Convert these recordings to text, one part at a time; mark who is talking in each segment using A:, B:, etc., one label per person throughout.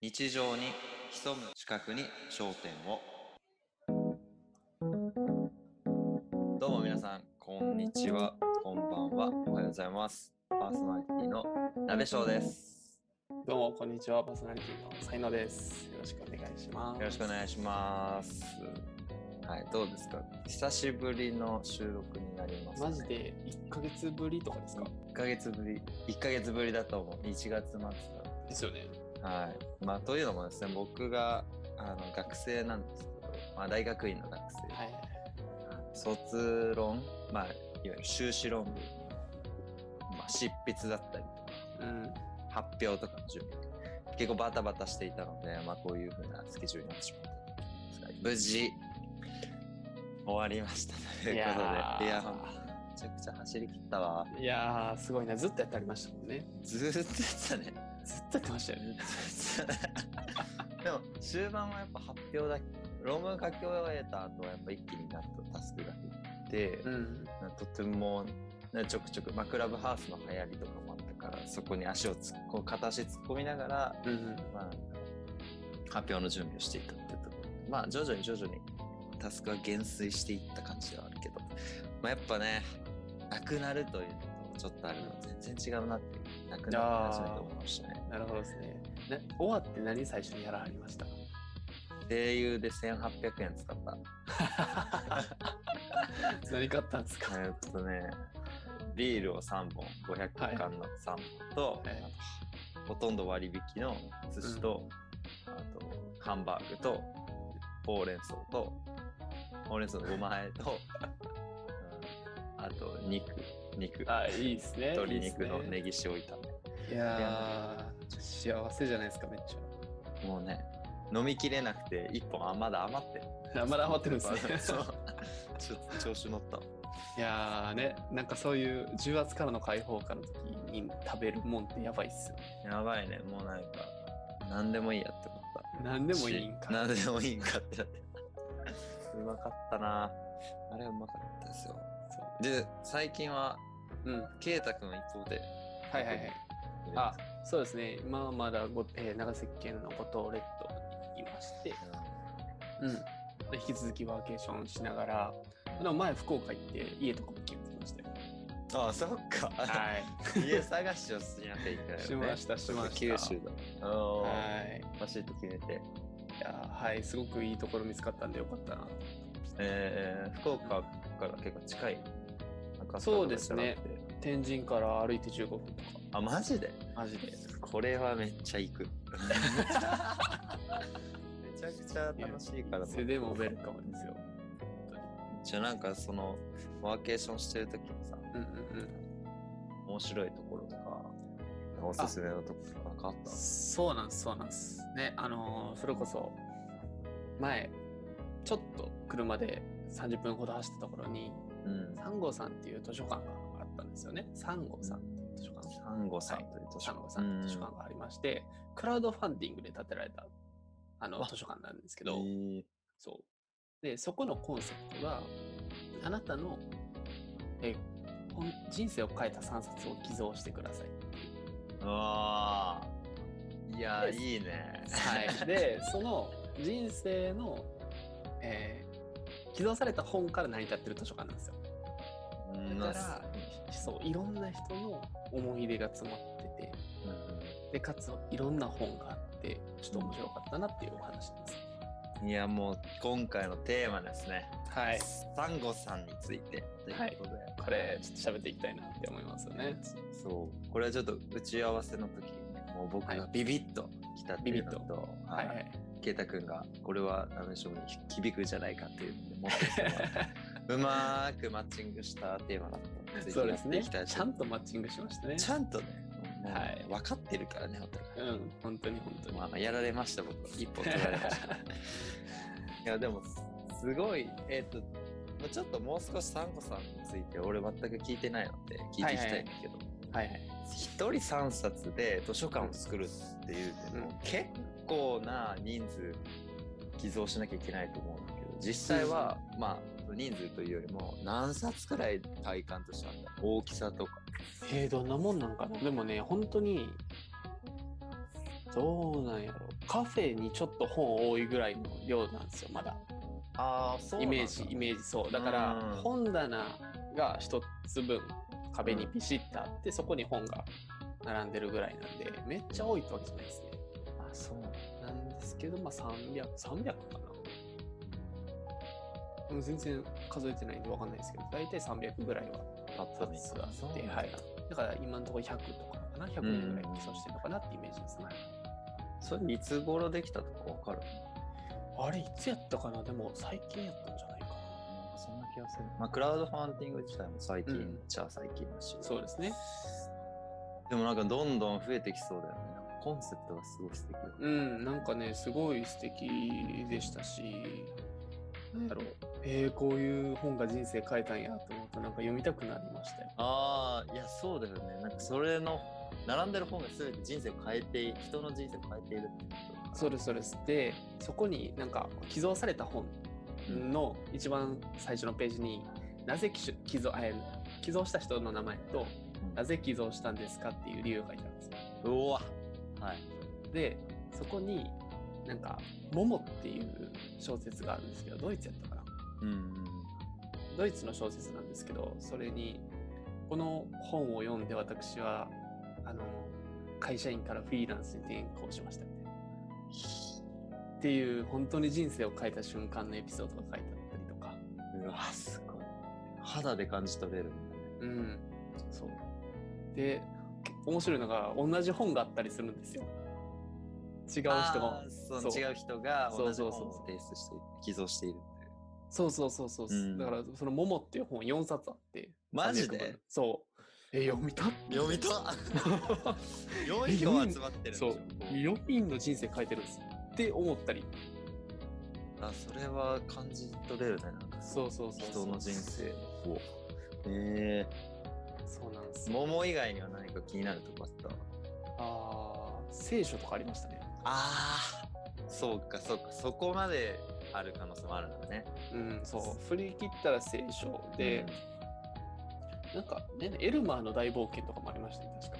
A: 日常に潜む視覚に焦点をどうも皆さんこんにちはこんばんはおはようございますパーソナリティの鍋翔です
B: どうも、こんにちは。パーソナリティの才能です。よろしくお願いします。
A: よろしくお願いしますはいどうですか久しぶりの収録になります、ね、
B: マジで1ヶ月ぶりとかですか
A: 1ヶ月ぶり1ヶ月ぶりだと思う1月末だ
B: ですよね。
A: はいまあというのもですね僕があの学生なんですけど、まあ、大学院の学生
B: はい。
A: 卒論まあいわゆる修士論文、まあ、執筆だったりとか
B: うん。
A: 発表とかの準備結構バタバタしていたので、まあ、こういうふうなスケジュールになってしまったんですが無事終わりましたということでいやほんと
B: ー
A: めちゃくちゃ走り切ったわ
B: いやー、すごいな。ずっとやってありましたもんね。
A: ずーっとやってたね
B: ずっとやってましたよね。
A: でも終盤はやっぱ発表だ論文書き終えた後はやっぱ一気になっとタスクが減って、
B: うん。
A: とてもねちょくちょく、まあ、クラブハウスの流行りとかもあったからそこに足を突っこ片足突っ込みながら、
B: うん。
A: まあ、発表の準備をしていたっていうところでまあ徐々に徐々にタスクは減衰していった感じはあるけど、まあ、やっぱねなくなるというのとちょっとあるのは全然違うなっていうなくなって始めて思いましたね。
B: なるほどですね。な終わって何最初にやらはりました
A: 声優で1800円使った。
B: 何買ったんですか
A: えっとね、ビールを3本、500缶の3本と、
B: はい
A: あとほとんど割引の寿司と、あとハンバーグと、ほうれん草と、ほうれん草のごまあえと、うんあと肉、肉、
B: あ、いいですね。
A: 鶏肉の
B: いいっす
A: ネギ塩炒め。
B: ね。いやー、幸せじゃないですか、めっちゃ。
A: もうね、飲みきれなくて、1本あまだ余ってる。
B: あまだ余ってるんですね。
A: そう。ちょっと調子乗ったわ。
B: いやーね、なんかそういう重圧からの解放からの時に食べるもんってやばいっすよね。
A: やばいね、もうなんか、何でもいいやって思った。
B: 何でもいいん
A: し
B: か。
A: 何でもいいんかってなって。うまかったな。あれはうまかったですよ。
B: そ
A: で、最近は、
B: う。うん。はい
A: ケイタくん一方で。
B: はいはい。あ、そうですね。今はまだご、えー長崎県の五島列島にいまして、うん。で引き続きワーケーションしながら、でも前福岡行って家とかも決めてきましたよ。
A: あ、そっか。
B: はい。
A: 家探しをしなきゃいけないよね。
B: しましたしました
A: 九州だ。あ
B: はい。
A: あ、パシッと決めて。
B: いやーはい、すごくいいところ見つかったんでよかったな。
A: えー、福岡から結構近い。なんか
B: そうですね
A: そういうことじゃなくて。
B: 天神から歩いて15分とか。
A: あ、マジで
B: マジで。
A: これは めっちゃ行く。めちゃくちゃ楽しいから
B: それでもウェルカムですよ。
A: じゃあなんかそのワーケーションしてる時にさ
B: うんうんうん。
A: 面白いところとかおすすめのところとかなんかあった
B: そうなんです、そうなんです。ね、あのーそれこそ、前、ちょっと車で30分ほど走ったところに、
A: うん
B: 三郷さんっていう図書館があったんですよね。三郷さんっていう図書館。
A: サンゴさんという図書
B: 三
A: 館
B: 郷さんっていう図書館がありまして、クラウドファンディングで建てられた、あの、
A: あ
B: 図書館なんですけ
A: け
B: ど、そう。で、そこのコンセプトが、あなたの、え、ほん人生を変えた3冊を寄贈してくださいっていう
A: あーいやー
B: で
A: いいね
B: はい、 でその人生の、えー寄贈された本から成り立ってる図書館なんですよ。
A: うん
B: だからそういろんな人の思い出が詰まってて
A: う
B: でかついろんな本があってちょっと面白かったなっていうお話なんです。
A: んいやもう今回のテーマですね
B: はい、
A: サンゴさんについてということで、
B: これちょっと喋っていきたいなって思いますよね。
A: そうこれはちょっと打ち合わせの時にねもう僕が
B: は
A: ビビッときたっていうのと、
B: ビ
A: は
B: はいいはい、
A: ケイタ君がこれはダメ勝負に響くんじゃないかっていうので持ってきたのがうまーくマッチングしたテーマだったのでぜひ
B: そうです
A: や
B: ね。
A: っていきたい
B: ちゃんとマッチングしましたね。
A: ちゃんとね、もう
B: はい
A: 分かってるからねお互い
B: うん、本当に本当に。
A: まあ、やられました僕は一歩取られま したいやでもすごいえっ、とまあちょっともう少しサンゴさんについて俺全く聞いてないので聞いていきたいんだけど、
B: はいはい。
A: 一人3冊で図書館を作るっていうのも、
B: うん
A: 結構な人数寄贈しなきゃいけないと思うんだけど実際は、まあ人数というよりも何冊くらい体感としてあった大きさとか
B: えー、どんなもんなんかなでもね、本当にどうなんやろカフェにちょっと本多いぐらいの量なんですよまだ
A: ああそう
B: イメージイメージそうだから
A: うん
B: 本棚が一つ分壁にビシッとあってそこに本が並んでるぐらいなんでめっちゃ多いってわけじゃないですね
A: あそうなんだ
B: なんですけどまあ300300 300かなもう全然数えてないんでわかんないですけど大体300ぐらいは
A: パッと見
B: 冊数あ
A: そう
B: って
A: なんだ
B: はいだから今のところ100とかかな100人ぐらい寄贈してるのかなってイメージですね、
A: それいつ頃できたとかわかる
B: あれいつやったかなでも最近やったんじゃないかな
A: なんかそんな気がする。まあ、クラウドファンディング自体も最近、
B: うん
A: じゃあ最近だし。
B: そうですね。
A: でもなんかどんどん増えてきそうだよね。なんかコンセプトがすごい素敵だね
B: うん、なんかね、すごい素敵でしたし、なんやろう、えー、こういう本が人生変えたんやと思って、なんか読みたくなりましたよ。
A: ああ、いや、そうだよね。なんかそれの、並んでる本が全て人生を変えてい、人の人生を変えているってこと
B: そうです、そうです。で、そこになんか寄贈された本
A: うん
B: の一番最初のページに、なぜ寄寄贈、えー寄贈した人の名前と、
A: うん
B: なぜ寄贈したんですかっていう理由が書いてあるんですよ。
A: うわはい。
B: で、そこに、なんか、モモっていう小説があるんですけど、ドイツやったかな。
A: うんうん。
B: ドイツの小説なんですけどそれにこの本を読んで私はあの会社員からフリーランスに転校しましたみたいなっていう本当に人生を変えた瞬間のエピソードが書いてあったりとか
A: うわすごい。肌で感じ取れるんだね。
B: うんそうで面白いのが同じ本があったりするんですよ違う人が
A: あーその
B: そう
A: 違う人が
B: そ
A: 同
B: う
A: じ
B: そ
A: 本
B: うそう
A: を提出している、寄贈しているんだよ。
B: そうそうそうそう、
A: うん
B: だからその「モモっていう本4冊あって
A: マジ
B: 300
A: で
B: 分そうえ読みた
A: 読 みた !4
B: え読
A: 票
B: み
A: 集まってるんでし
B: そ
A: ょ
B: う4人の人生変えてるんですよって思ったり
A: あそれは感じ取れるねなんか
B: そうそうそうそう
A: 人の人生をえ
B: そうなんです
A: ー、
B: よ
A: 桃以外には何か気になるとこあった
B: あー聖書とかありましたね
A: あーそうかそうかそこまである可能性もあるんだね
B: うんそう振り切ったら聖書で、なんかねエルマーの大冒険とかもありましたね確か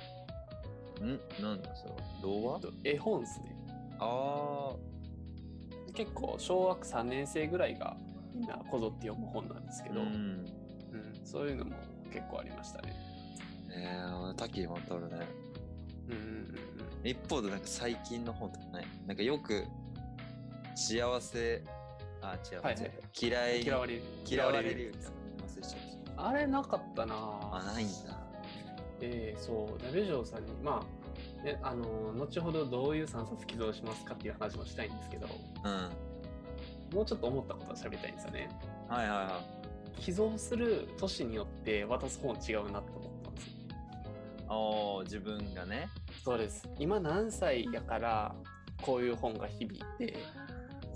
A: うんんなんだそれは童話
B: えっと絵本ですね
A: あ
B: 結構小学3年生ぐらいがみんなこぞって読む本なんですけ
A: あ
B: ど、うん
A: ん
B: そういうのも結構ありましたね
A: えー、多岐にわたるね
B: うんうんうん
A: 一方でなんか最近の本とかないなんかよく幸せあ違う、
B: はいはい
A: 違う嫌
B: うん
A: い
B: 嫌われる
A: 嫌われるよ
B: 嫌われる
A: うに忘れちゃった
B: あれなかったなぁ
A: あないんだ
B: でそうダベジョーさんにまあ、ね、あの後ほどどういう3冊寄贈しますかっていう話もしたいんですけど
A: うん
B: もうちょっと思ったことを喋りたいんですよね
A: はいはいはい。
B: 寄贈する都市によって渡す本違うなと思ったんですよ
A: おー自分がね。
B: そうです今何歳やからこういう本が響いて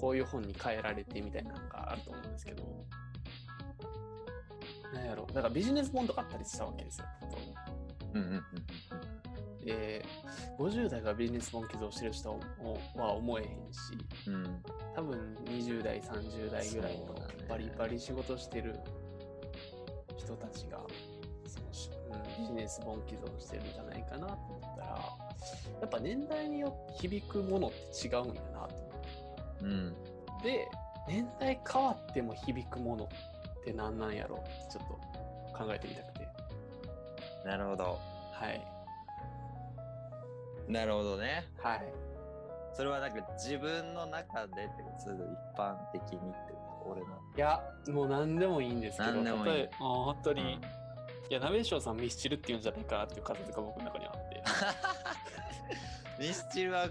B: こういう本に変えられてみたいなのがあると思うんですけどなんやろだからビジネス本とかあったりしたわけですよ
A: うんうんうん。
B: で50代がビジネス本寄贈してる人は思えへんし
A: うん、
B: 多分20代30代ぐらいの
A: そうだね
B: バリバリ仕事してる人たちがそのし、うん、ビジネス本寄贈してるんじゃないかなと思ったらやっぱ年代によって響くものって違うんやなと思
A: うん、
B: って年代変わっても響くものって何なんやろうってちょっと考えてみたくて
A: なるほど。
B: はい
A: なるほどね。
B: はい
A: それはなんか自分の中でってことそれとも一般的にってこと俺の。
B: いやもう何でもいいんですけど
A: 何でもいい
B: 例えばあー本当に、
A: うん
B: いやナベーションさんミスチルって言うんじゃないかなっていう仮説が僕の中にはあって
A: ミスチルは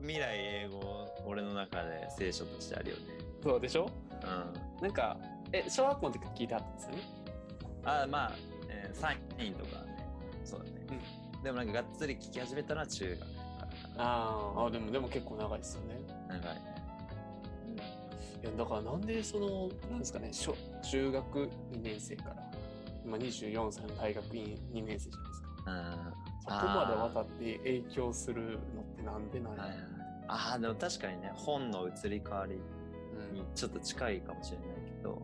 A: 未来英語俺の中で聖書としてあるよね。
B: そうでしょ
A: うん。
B: なんか、え、小学校の時聞いてあったんですよね。
A: あまあ、えー、サインとかはね。そうだね。でもなんかがっつり聞き始めたのは中学から
B: あーあ、でも、でも結構長いですよね。
A: かな。長いね。
B: いや、だからなんでその、なんですかね、小中学2年生から、今24歳の大学院2年生じゃないですか。
A: うん。
B: そこまで渡って影響するのってなんでなんや
A: はいはいはいああでも確かにね本の移り変わりにちょっと近いかもしれないけど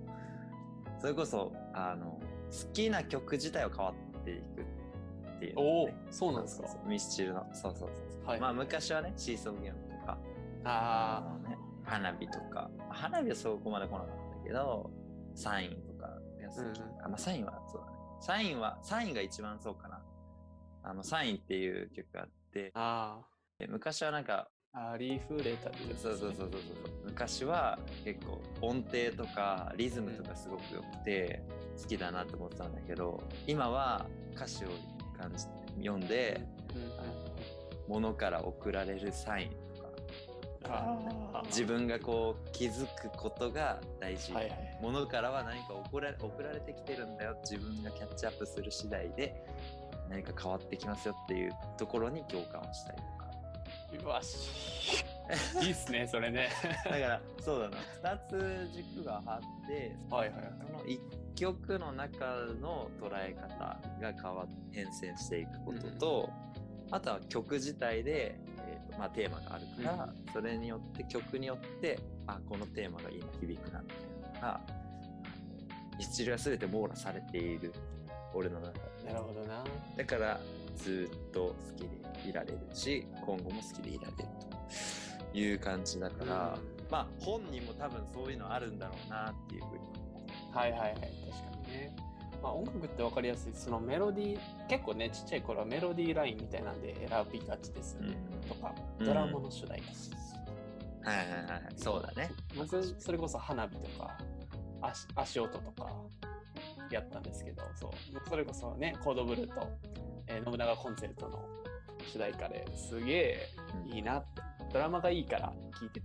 A: それこそあの好きな曲自体は変わっていくっていうの
B: お
A: が
B: お
A: ね、
B: そうなんですか
A: そうそうそうミスチルのそうそうそうそう、
B: はい
A: まあ昔はねシーソーゲームとかあ
B: あ
A: のね花火とか花火はそこまで来なかったけどサインとかやつ、
B: うん
A: あまあサインはそうだねサインはサインが一番そうかなあのサインっていう曲があって
B: ああ
A: で昔はなんか
B: あありふれたりです
A: そ
B: ね
A: うそうそうそうそう昔は結構音程とかリズムとかすごく良くて好きだなと思ってたんだけど今は歌詞を感じ読んで
B: うんうん
A: 物から送られるサインとか
B: ああ
A: 自分がこう気づくことが大事、
B: はいはい
A: 物からは何か送ら送られてきてるんだよ自分がキャッチアップする次第で何か変わってきますよっていうところに共感をしたりとか
B: うわしいいっすねそれね
A: だからそうだな2つ軸があって
B: はいはいはい
A: その一曲の中の捉え方が変わっ変遷していくことと、あとは曲自体で、えーとまあ、テーマがあるから、それによって曲によってあこのテーマが今響くなみたいなのがミスチルは全て網羅されている俺の中で
B: なるほどな
A: だからずっと好きでいられるし今後も好きでいられるという感じだから、
B: うん
A: まあ本人も多分そういうのあるんだろうなっていうふうに
B: はいはいはい確かにねまあ音楽って分かりやすいそのメロディー結構ねちっちゃい頃はメロディーラインみたいなんで選びがちですよね、
A: うん
B: とか
A: うん
B: ドラマの主題歌、
A: はいはいはいはい、そうだね。
B: 僕それこそ花火とか足足音とかやったんですけどそう僕それこそねコードブルーと、えー信長コンセルトの主題歌ですげえいいなってドラマがいいから聴いて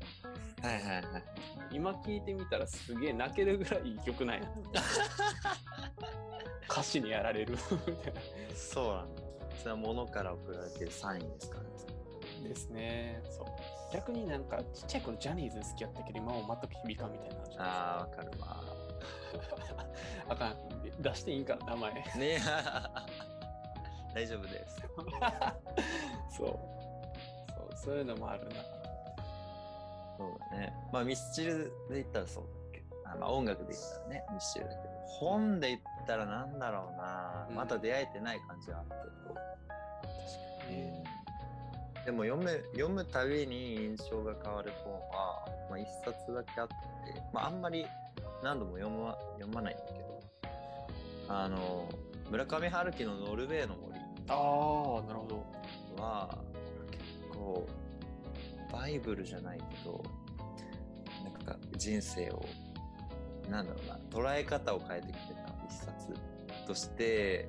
B: た
A: はいはいはい。
B: 今聴いてみたらすげえ泣けるぐらいいい曲 なんやな歌詞にやられるみたい
A: そうなんだ。それは物から送られてるサインですからね。
B: なですねそう逆になんかちっちゃい頃ジャニーズ好きやったけど今も全く響かんみたいなのじゃない
A: ああ、わかるわ。
B: ですかあかん出していいんかな名前
A: ね 大丈夫です。
B: そう。そう、そういうのもあるな。
A: そうだね。まあ、ミスチルで言ったらそうだっけど。あまあ、音楽で言ったらね、ミスチルだけど。本で言ったらなんだろうな。
B: うん
A: また出会えてない感じはあった
B: 確か
A: け
B: に
A: ど
B: ね。。
A: でも読む読むたびに印象が変わる本は、まあ、一冊だけあって、まあ、あんまり何度も読ま読まないんだけどあの村上春樹の「ノルウェーの森
B: ああ、なるほど。」
A: は結構バイブルじゃないけどなんか人生をなんだろうな捉え方を変えてくれた一冊として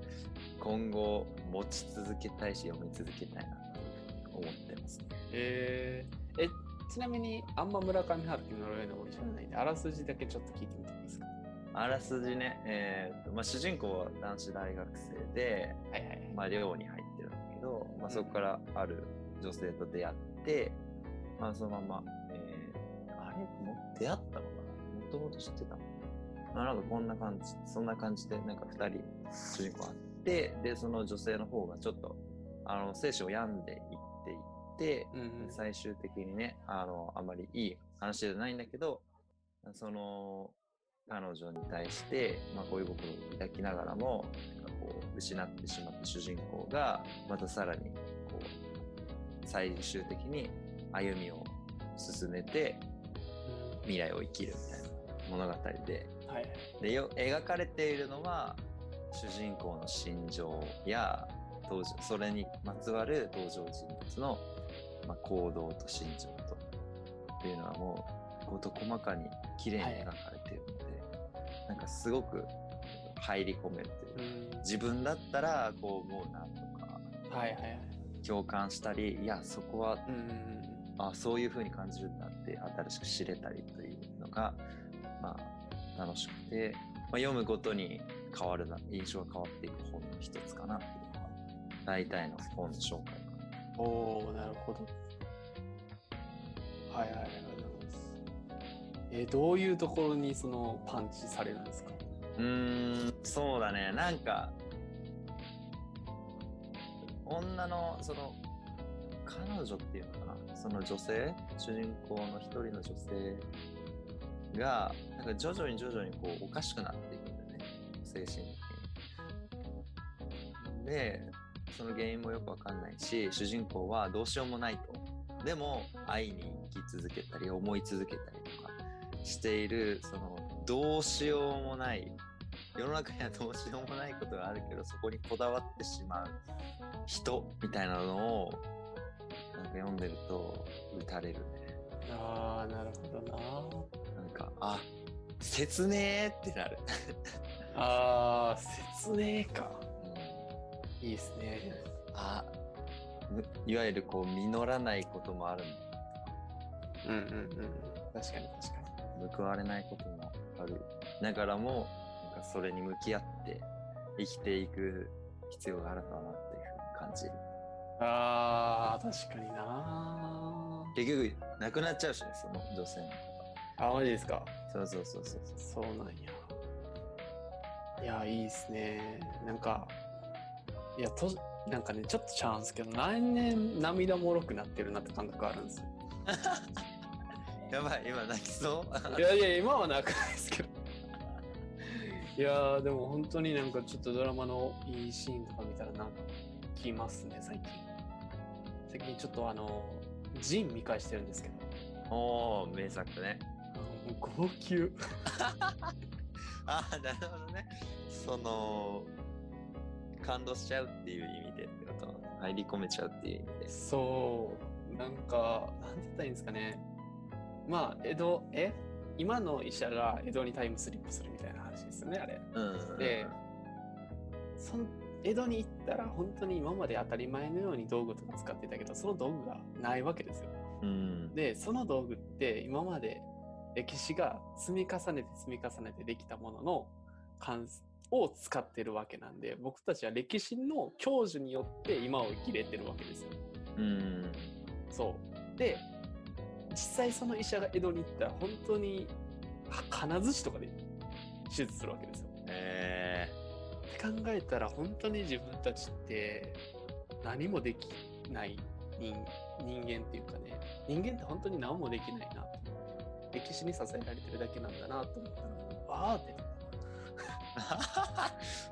A: 今後持ち続けたいし読み続けたいなと思ってますね。
B: ええ、ちなみに、あんま村上春樹の呪いの俺じゃないんで、あらすじだけちょっと聞いてみてもいいですか
A: あらすじね、えーとまあ、主人公は男子大学生で、
B: はいはい。
A: まあ、寮に入ってるんだけど、ま
B: うん
A: あ、そこからある女性と出会って、まあ、そのまま、えーあれもう出会ったのかなもともと知ってたのまあ、なんかこんな感じそんな感じでなんか2人主人公あってでその女性の方がちょっとあの精神を病んでいっていって、
B: うんうん。
A: 最終的にねあのあまりいい話じゃないんだけどその彼女に対して、まあ、恋心を抱きながらもなんかこう失ってしまった主人公がまたさらにこう最終的に歩みを進めて
B: う
A: 未来を生きるみたいな物語で
B: んはいはい。
A: でよ描かれているのは主人公の心情や登場それにまつわる登場人物の、まあ、行動と心情とっていうのはもう事細かに綺麗に描かれているので、なんかすごく入り込めるという
B: う
A: か
B: ん。
A: 自分だったらこう思うなとか
B: はいはいはい。
A: 共感したりいやそこは
B: うんうんうん。
A: あそういう風に感じるんだって新しく知れたりというのが、まあ、楽しくて、まあ、読むごとに変わるな印象が変わっていく本の一つかなっていうのが大体の本の紹介かな
B: おおなるほど。はいはい、ありがとうございます。えどういうところにそのパンチされるんですか
A: うーんそうだねなんか女のその彼女っていうのかなその女性主人公の一人の女性がなんか徐々に徐々にこうおかしくなっていくんだよね精神的に。でその原因もよくわかんないし主人公はどうしようもないとでも愛に生き続けたり思い続けたりとかしているそのどうしようもない世の中にはどうしようもないことがあるけどそこにこだわってしまう人みたいなのをなんか読んでると打たれるね
B: ああなるほどな
A: なんかあ説明ってなる、
B: あー説明か
A: うん
B: いいですね
A: あむいわゆるこう実らないこともあるんだ
B: うんうんうん確かに確かに
A: 報われないこともあるだからもなんかそれに向き合って生きていく必要があるのかなっていうふうに感じる
B: あー確かにな
A: 結局なくなっちゃうしねその女性の
B: あマジですか
A: そうそうそうそうそう
B: そうなんやいやいいですねなんかいやとなんかねちょっとちゃうんですけど来年涙もろくなってるなって感覚あるんですよ
A: やばい今泣きそう
B: いやいや今はなくないですけど いやーでも本当になんかちょっとドラマのいいシーンとか見たらなんかきますね最近最近ちょっとあのジン見返してるんですけど
A: おお名作ね
B: あのもう号泣
A: ああなるほどねその感動しちゃうっていう意味でってこと入り込めちゃうっていう意味で
B: そうなんかなんて言ったらいいんですかねまあ江戸え今の医者が江戸にタイムスリップするみたいな話ですよねあれ
A: うん
B: でその江戸に行ったら本当に今まで当たり前のように道具とか使ってたけどその道具がないわけですよ
A: うん
B: でその道具って今まで歴史が積み重ねて積み重ねてできたものの関を使ってるわけなんで僕たちは歴史の享受によって今を生きれてるわけですよ
A: うん
B: そうで実際その医者が江戸に行ったら本当には金槌とかで手術するわけですよ。
A: え
B: って考えたら本当に自分たちって何もできない人人間っていうかね人間って本当に何もできないなと歴史に支えられてるだけなんだなと思ったらわーって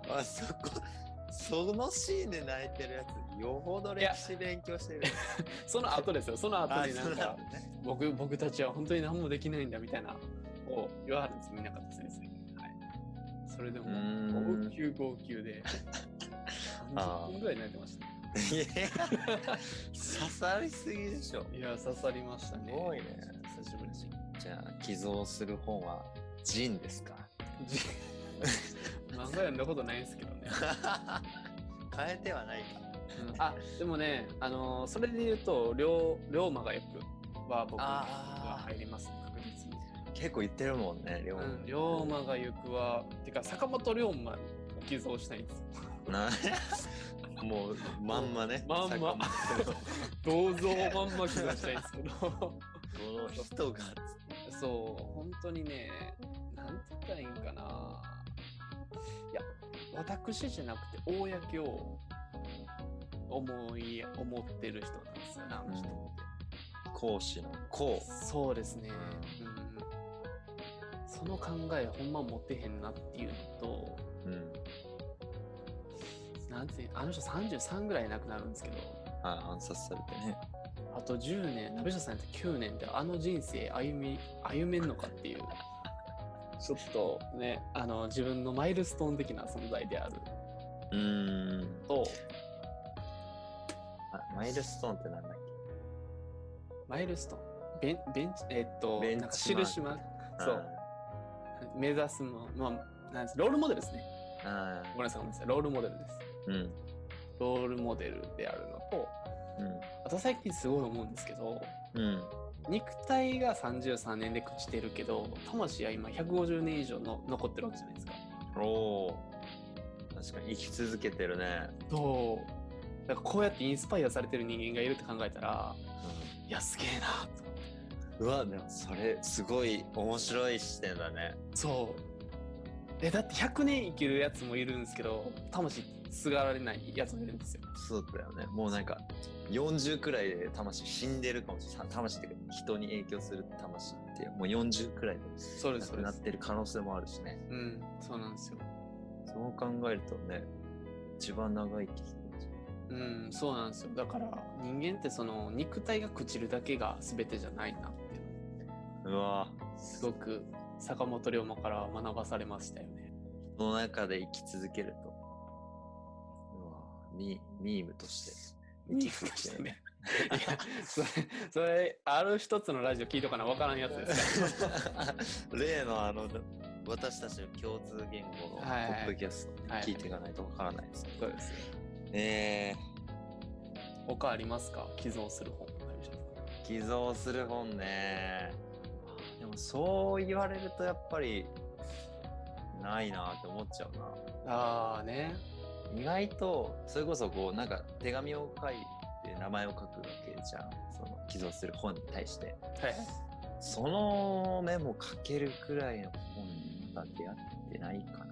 A: ー、 あそこそのシーンで泣いてるやつよほど歴史勉強してる
B: その後ですよその後
A: あ
B: になんか
A: そうね
B: 僕僕たちは本当に何もできないんだみたいなを言わはるんです南方先生はいそれでも
A: うーん
B: 号泣号 泣で
A: あー
B: 30分ぐらい泣いてました
A: いや刺さりすぎでしょ
B: いや刺さりましたね
A: すごいね
B: 久しぶりに
A: じゃあ寄贈する本はジンですか
B: じ漫画読んだことないんですけどね、
A: 変えてはないか
B: うんあでもねあのーそれで言うと龍龍馬がよくは僕は
A: あー
B: 入りますね確実に
A: 結構言ってるもんね両方、
B: うん龍馬が行くはてか坂本龍馬を寄贈したいんですよ
A: な もうまんま ね
B: まんま
A: 坂本
B: 銅像をまんま寄贈したいんですけど
A: この人が
B: そう本当にねなんて言ったらいいんかないや私じゃなくて公を思い思ってる人なんですよねあの人って。
A: 講師の講
B: そうですね、うん、その考えほんま持てへんなっていうの
A: うん
B: となんていうあの人33ぐらい亡くなるんですけど
A: あ暗殺されてね
B: あと10年鍋下さんやって9年であの人生歩み歩めんのかっていうちょっとねあの自分のマイルストーン的な存在である
A: うーん
B: と
A: あマイルストーンってなんだっ
B: マイルストーンベンベンチえっと
A: ベンチマーク
B: なんか印マーク
A: け
B: そう目指すのまあなんですロールモデルですね
A: あ
B: ごめんなさいごめんなさいロールモデルです
A: ーうん
B: ロールモデルであるのとあと最近すごい思うんですけど
A: うんうん
B: 肉体が33年で朽ちてるけど魂は今150年以上の残ってるわけじゃないですか。
A: おお確かに生き続けてるね、
B: そうだからこうやってインスパイアされてる人間がいるって考えたらいやすげえなと
A: うわでもそれすごい面白い視点だね
B: そうえだって100年生きるやつもいるんですけど魂すがられないやつもいるんですよ。
A: そうだよねもうなんか40くらいで魂死んでるかもしれない魂っていうか人に影響する魂ってもう40くらいで
B: そうで
A: 亡
B: すそ
A: く
B: うで
A: なっ
B: す。
A: てる可能性もあるしね
B: うんそうなんですよ。
A: そう考えるとね一番長生きするんじゃない
B: うん、そうなんですよ。だから人間ってその肉体が朽ちるだけが全てじゃないなって
A: うわ
B: すごく坂本龍馬から学ばされましたよね。
A: その中で生き続けると。うわミミームとして。
B: 見えましたね。いやそれそれある一つのラジオ聞いとかなわからんやつです
A: 例のあの私たちの共通言語のポ
B: はいはい
A: ッドキャストをね
B: はい
A: 聞いていかないとわからないですね。
B: そうです
A: え
B: 他ありますか寄贈する本ありました
A: ー、寄贈する本ね。でもそう言われるとやっぱりないなって思っちゃうな。
B: ああね。
A: 意外とそれこそこうなんか手紙を書いて名前を書くわけじゃんその寄贈する本に対して
B: はい。
A: そのメモ書けるくらいの本まだ出会ってないかな
B: あ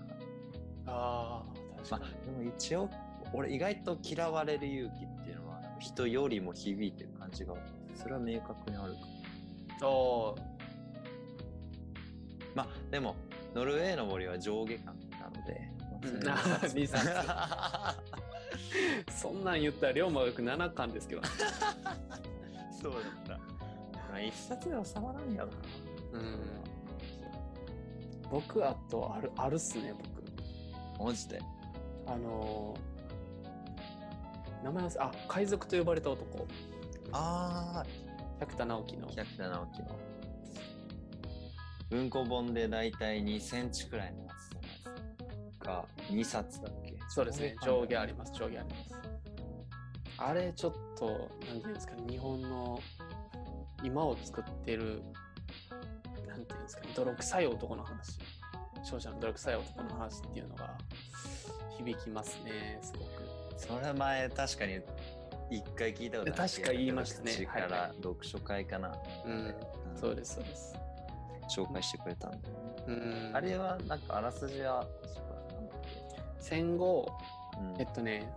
B: あ確か
A: ま
B: に。
A: あでも一応俺意外と嫌われる勇気っていうのは人よりも響いてる感じがそれは明確にあるかも
B: おー
A: まあでもノルウェーの森は上下感なので、ま
B: うん
A: あそれは
B: 二冊そんなん言ったら龍馬がよく7巻ですけどね。
A: そうだったまあ一冊で収まらんやろな
B: うん。僕あとあるあるっすね僕。
A: マジで
B: あのー名前忘れあ海賊と呼ばれた男
A: ああ
B: 百田直樹の
A: 百田直樹の文庫本でだいたい2センチくらいのやつが2冊だっけ
B: そうですね上下あります上下ありますあれちょっと何ていうんですかね日本の今を作ってるなんていうんですかね泥臭い男の話勝者の泥臭い男の話っていうのが響きますねすごく
A: それ前確かに一回聞いたことある
B: 確か言いましたね
A: 口か
B: はいは
A: ら読書会かな、
B: うんそう
A: で
B: ですそうです
A: す紹介してくれたんだよね、
B: うん
A: あれはなんかあらすじは確かなんだっ
B: 戦後
A: けうん
B: えっとね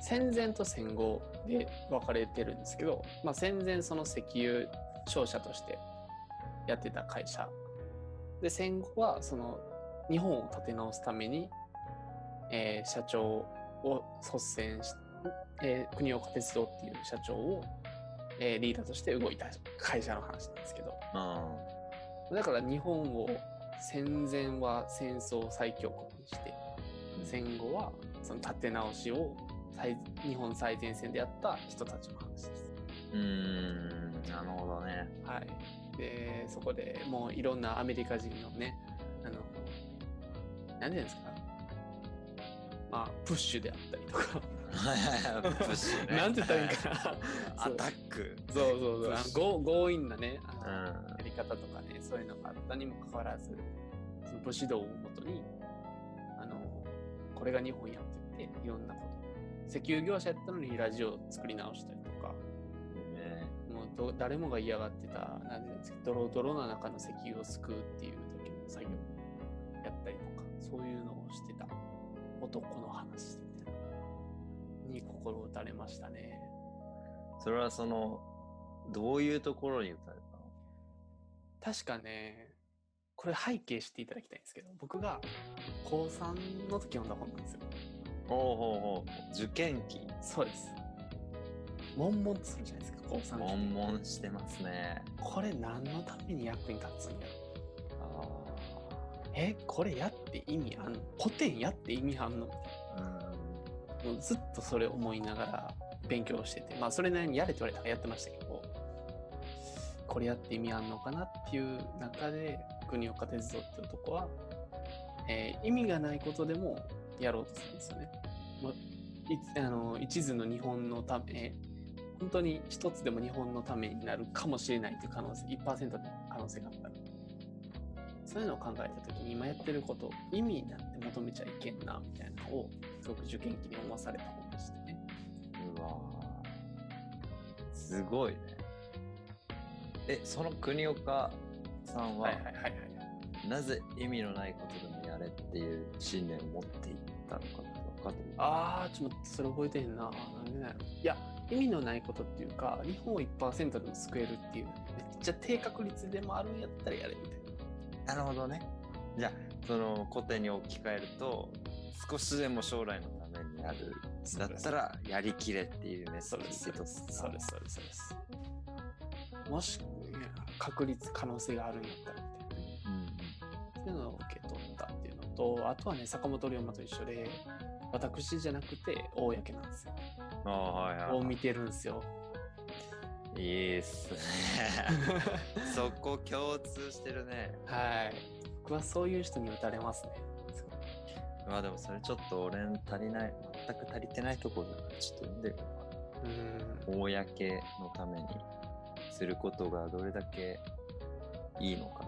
B: 戦前と戦後で分かれてるんですけど、まあ、戦前その石油商社としてやってた会社で戦後はその日本を立て直すために、えー社長を率先し、えー国岡鉄道っていう社長を、えーリーダーとして動いた会社の話なんですけど
A: うん
B: だから日本を戦前は戦争最強国にして戦後はその立て直しを最日本最前線でやった人たちの話です。
A: うーんなるほど ね
B: はい、でそこでもういろんなアメリカ人のねあの何て言うんですかまあプッシュであったり とか
A: プッシュね
B: なんて言ったらいいんかな
A: アタック
B: そうそうそうあの強強引なねあ
A: う
B: の、
A: ん
B: やり方とかねそういうのがあったにもかかわらずその武士道をもとにあのこれが日本やってっていろんなこと石油業者やったのにラジオを作り直したりとか
A: ね
B: もうど誰もが嫌がってたなんていうんですかドロドロの中の石油を救うっていうだけの作業をやったりとかそういうのをしてた男の話みたいなに心打たれましたね。
A: それはそのどういうところに打たれたの
B: 確かねこれ背景していただきたいんですけど僕が高3の時読んだ本なんですよ
A: ほうほうほう受験期
B: そうです悶々とするじゃないですか高3の時
A: 悶々してますね
B: これ何のために役に立つんやろ
A: あ
B: えこれやって意味あんの古典やって意味あんの
A: あ
B: もうずっとそれ思いながら勉強しててまあそれなりにやれって言われたからやってましたけどこれやって意味あんのかなっていう中で国岡鉄道っていうとこは、えー意味がないことでもやろうとするんですよね。もういあの一途の日本のため本当に一つでも日本のためになるかもしれないという可能性1%の可能性があったそういうのを考えた時に今やってること意味なんて求めちゃいけんなみたいなのをすごく受験期に思わされた本でしてね。
A: ーうわーすごいねえその国岡さんは、
B: いはい。
A: なぜ意味のないことでもやれっていう信念を持っていったのかって分かってる
B: ああ、ちょっと待ってそれ覚えてへんな。なんでなんやろ。いや、意味のないことっていうか、日本を1%でも救えるっていう、めっちゃ低確率でもあるんやったらやれみたいな。
A: なるほどねじゃあその古典に置き換えると少しでも将来のためになるだったらやりきれっていうメッセージ
B: そうで
A: 一つ
B: そうですそうですそうですもしいや確率可能性があるんだったらみたいなね
A: うん
B: っていうのを受け取ったっていうのとあとはね坂本龍馬と一緒で私じゃなくて公なんですよ。
A: あーはいはい
B: を
A: は
B: 見てるんですよ。
A: いいいっすね そこ共通してるね
B: はい。僕はそういう人に打たれますね。
A: まあでもそれちょっと俺に足りない全く足りてないところだからちょっと読んでみようかな
B: うん。
A: 公のためにすることがどれだけいいのか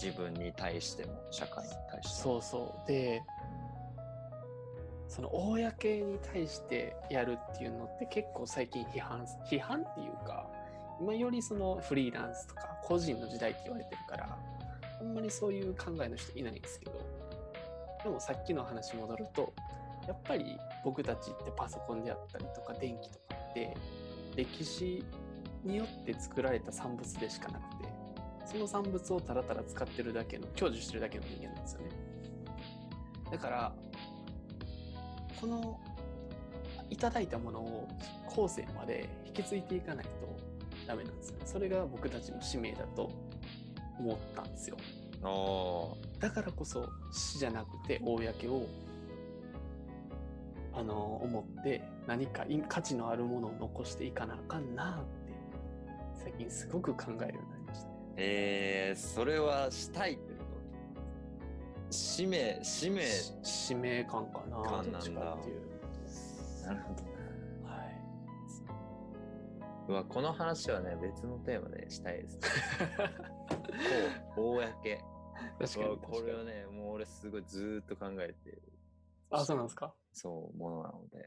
A: 自分に対しても社会に対しても
B: そうそう。で、その公に対してやるっていうのって結構最近批判、批判っていうか、今よりそのフリーランスとか個人の時代って言われてるから、あんまりそういう考えの人いないんですけど、でもさっきの話戻ると、やっぱり僕たちってパソコンであったりとか電気とかって歴史によって作られた産物でしかなくて、その産物をたらたら使ってるだけの、享受してるだけの人間なんですよね。だから、このいただいたものを後世まで引き継いでいかないとダメなんですよね。それが僕たちの使命だと思ったんですよ。
A: お
B: だからこそ死じゃなくて公をあの思って何かい価値のあるものを残していかなあかんなあって最近すごく考えるようになりましたね。
A: ーえー、それはしたいってこと使命使命
B: し使命感かな
A: 感なんだ
B: どっちかっていう。
A: なるほどね
B: はい。
A: うわこの話はね別のテーマでしたい ですねこう公
B: 確か
A: う
B: に
A: わ
B: 確か
A: こ
B: に
A: れはねもう俺すごいずーっと考えてる
B: あ、そうなんですか
A: そうものなので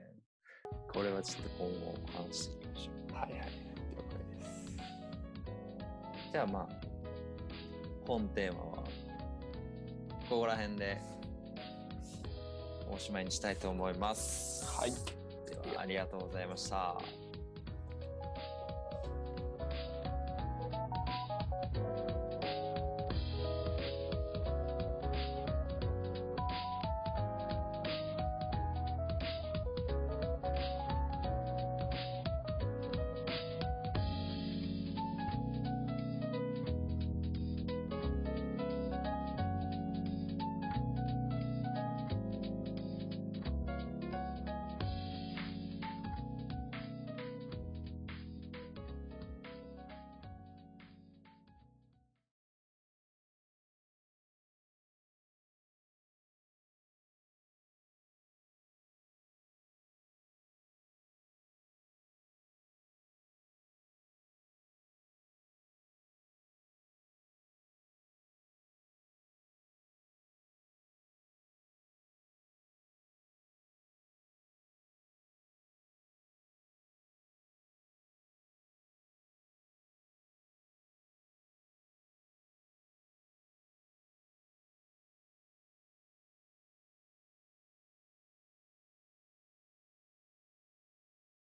A: これはちょっと今後話していきましょう
B: はいはい。了解です。
A: じゃあまあ、本テーマは、ここら辺でおしまいにしたいと思います。
B: はい。
A: ではありがとうございました。